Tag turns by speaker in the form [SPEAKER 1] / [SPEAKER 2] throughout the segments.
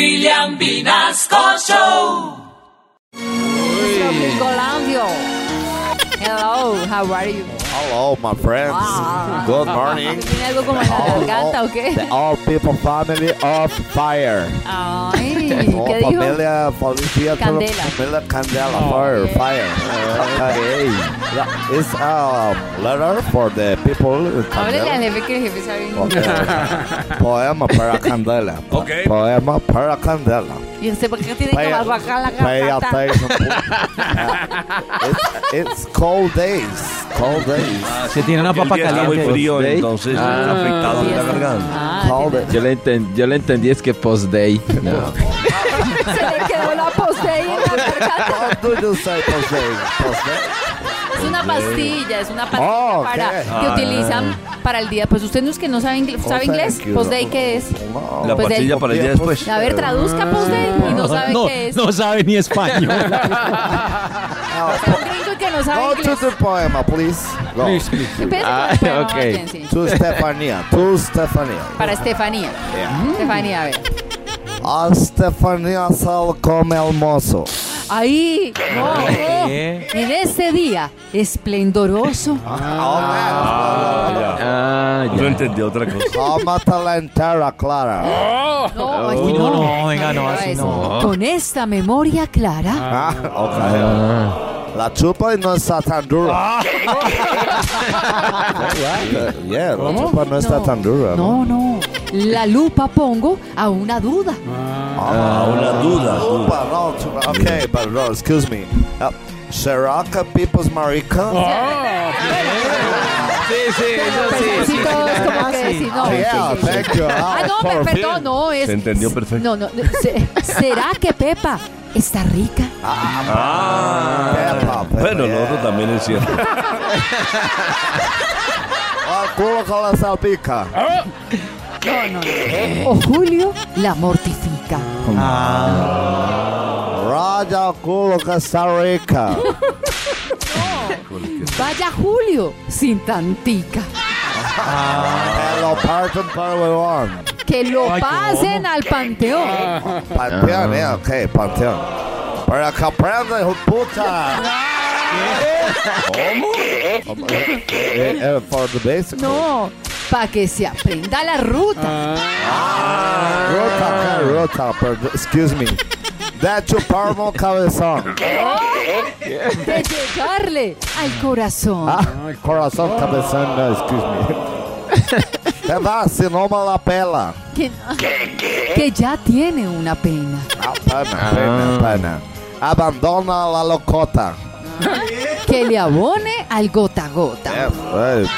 [SPEAKER 1] William Vinasco Show.
[SPEAKER 2] Nicolandio. Hello, how are you?
[SPEAKER 3] Hello, my friends. Good morning.
[SPEAKER 2] ¿Tiene algo como en la garganta o qué?
[SPEAKER 3] The all people family of fire.
[SPEAKER 2] Ay,
[SPEAKER 3] Oh,
[SPEAKER 2] ¿qué dijo?
[SPEAKER 3] familia, familia,
[SPEAKER 2] Candela.
[SPEAKER 3] familia Candela, fire, fire. Okay. Yeah, It's a letter for the people. in
[SPEAKER 2] Háblele al
[SPEAKER 3] Candela.
[SPEAKER 2] jefe que el jefe sabe.
[SPEAKER 3] Okay. Poema para Candela.
[SPEAKER 4] Okay.
[SPEAKER 3] Poema para Candela.
[SPEAKER 2] Y usted, ¿por qué tiene que bajar la
[SPEAKER 3] pay
[SPEAKER 2] garganta?
[SPEAKER 3] attention. It's- it's cold days. Cold days.
[SPEAKER 5] Se tiene una
[SPEAKER 4] El
[SPEAKER 5] papa
[SPEAKER 4] día está
[SPEAKER 5] caliente.
[SPEAKER 4] muy frío,
[SPEAKER 6] ¿Sí?
[SPEAKER 4] entonces está afectado en la garganta.
[SPEAKER 2] Ah,
[SPEAKER 3] Cold days.
[SPEAKER 6] Ah, Yo le, enten- yo le entendí es que post-day. No.
[SPEAKER 2] se le quedó la poseída.
[SPEAKER 3] How do you say post days? Post days?
[SPEAKER 2] Es una pastilla, es una pastilla
[SPEAKER 3] Oh,
[SPEAKER 2] para,
[SPEAKER 3] ok.
[SPEAKER 2] que utilizan para el día. Pues usted no es que no sabe inglés. ¿Sabe inglés? Post-day, ¿qué es?
[SPEAKER 3] No.
[SPEAKER 4] La
[SPEAKER 2] Pues de ahí-
[SPEAKER 4] pastilla para el día después.
[SPEAKER 2] A ver, traduzca post-day y no sabe
[SPEAKER 5] no,
[SPEAKER 2] qué es.
[SPEAKER 5] no sabe ni español.
[SPEAKER 2] Pero un gringo que no sabe
[SPEAKER 3] Go to
[SPEAKER 2] inglés.
[SPEAKER 3] the poema, please. Go.
[SPEAKER 2] Empiece con
[SPEAKER 6] Ah,
[SPEAKER 2] el poema,
[SPEAKER 6] ok.
[SPEAKER 2] más bien, sí.
[SPEAKER 3] To Stefania. To Stefania.
[SPEAKER 2] Para Estefanía. Estefanía, a ver.
[SPEAKER 3] A Stefania sal come al mozo.
[SPEAKER 2] Ahí, no, no. en ese día esplendoroso,
[SPEAKER 6] Ah,
[SPEAKER 4] Yo
[SPEAKER 6] ya.
[SPEAKER 4] entendí otra cosa.
[SPEAKER 3] Oh, mátala entera, Clara.
[SPEAKER 2] no, ay,
[SPEAKER 5] Uy, no, no, venga, no,
[SPEAKER 2] diga
[SPEAKER 5] así
[SPEAKER 2] eso.
[SPEAKER 5] no.
[SPEAKER 2] con esta memoria clara,
[SPEAKER 3] Ah, ok. La chupa y no está tan dura. Yeah, yeah, la chupa no está tan dura.
[SPEAKER 2] no, no, la lupa pongo a una duda.
[SPEAKER 4] Ah, una duda.
[SPEAKER 3] Oh,
[SPEAKER 4] duda.
[SPEAKER 3] but no, to- okay, but no, excuse me. Uh, Sheraka People's Marica?
[SPEAKER 6] Sí, sí, eso
[SPEAKER 2] Pues así todos como que decir, no. sí, sí,
[SPEAKER 3] yeah,
[SPEAKER 2] sí.
[SPEAKER 3] É, thank you.
[SPEAKER 2] Ah, no,
[SPEAKER 3] por
[SPEAKER 2] per-
[SPEAKER 3] fin.
[SPEAKER 2] perdón, no, es...
[SPEAKER 4] Se entendió perfecto.
[SPEAKER 2] No, no, se- ¿será que Pepa está rica?
[SPEAKER 4] Ah,
[SPEAKER 3] Pepa,
[SPEAKER 4] bueno,
[SPEAKER 3] Pepa,
[SPEAKER 4] lo otro
[SPEAKER 3] yeah.
[SPEAKER 4] también es cierto.
[SPEAKER 3] Al culo con la salpica.
[SPEAKER 2] O Julio la mortifica.
[SPEAKER 3] Raya al culo que está rica.
[SPEAKER 2] Vaya Julio, sin tantica.
[SPEAKER 3] Que lo parten por huevón.
[SPEAKER 2] Que lo pasen al panteón.
[SPEAKER 3] Panteón, eh, ok, panteón. Para que aprenda, hijo de puta. ¿Cómo? Eh, eh, for the basic.
[SPEAKER 2] No, para que se aprenda la ruta.
[SPEAKER 3] Rota, que rota, perdón, excuse me. De chuparmo cabezón.
[SPEAKER 2] De llegarle al corazón.
[SPEAKER 3] Ah, corazón cabezón, no, excuse me. Te vas si no me la pela.
[SPEAKER 2] Que, que ya tiene una pena.
[SPEAKER 3] Ah, pena, pena, pena. Abandona la locota.
[SPEAKER 2] Que le abone al gota a gota.
[SPEAKER 3] Yes, right.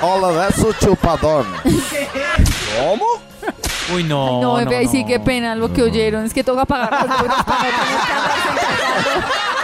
[SPEAKER 3] Hola, de su chupadón.
[SPEAKER 5] Uy, no.
[SPEAKER 2] No, bebé,
[SPEAKER 5] no,
[SPEAKER 2] sí,
[SPEAKER 5] no.
[SPEAKER 2] qué pena lo que oyeron. Es que toca pagar las horas para no tener que andarse entregando.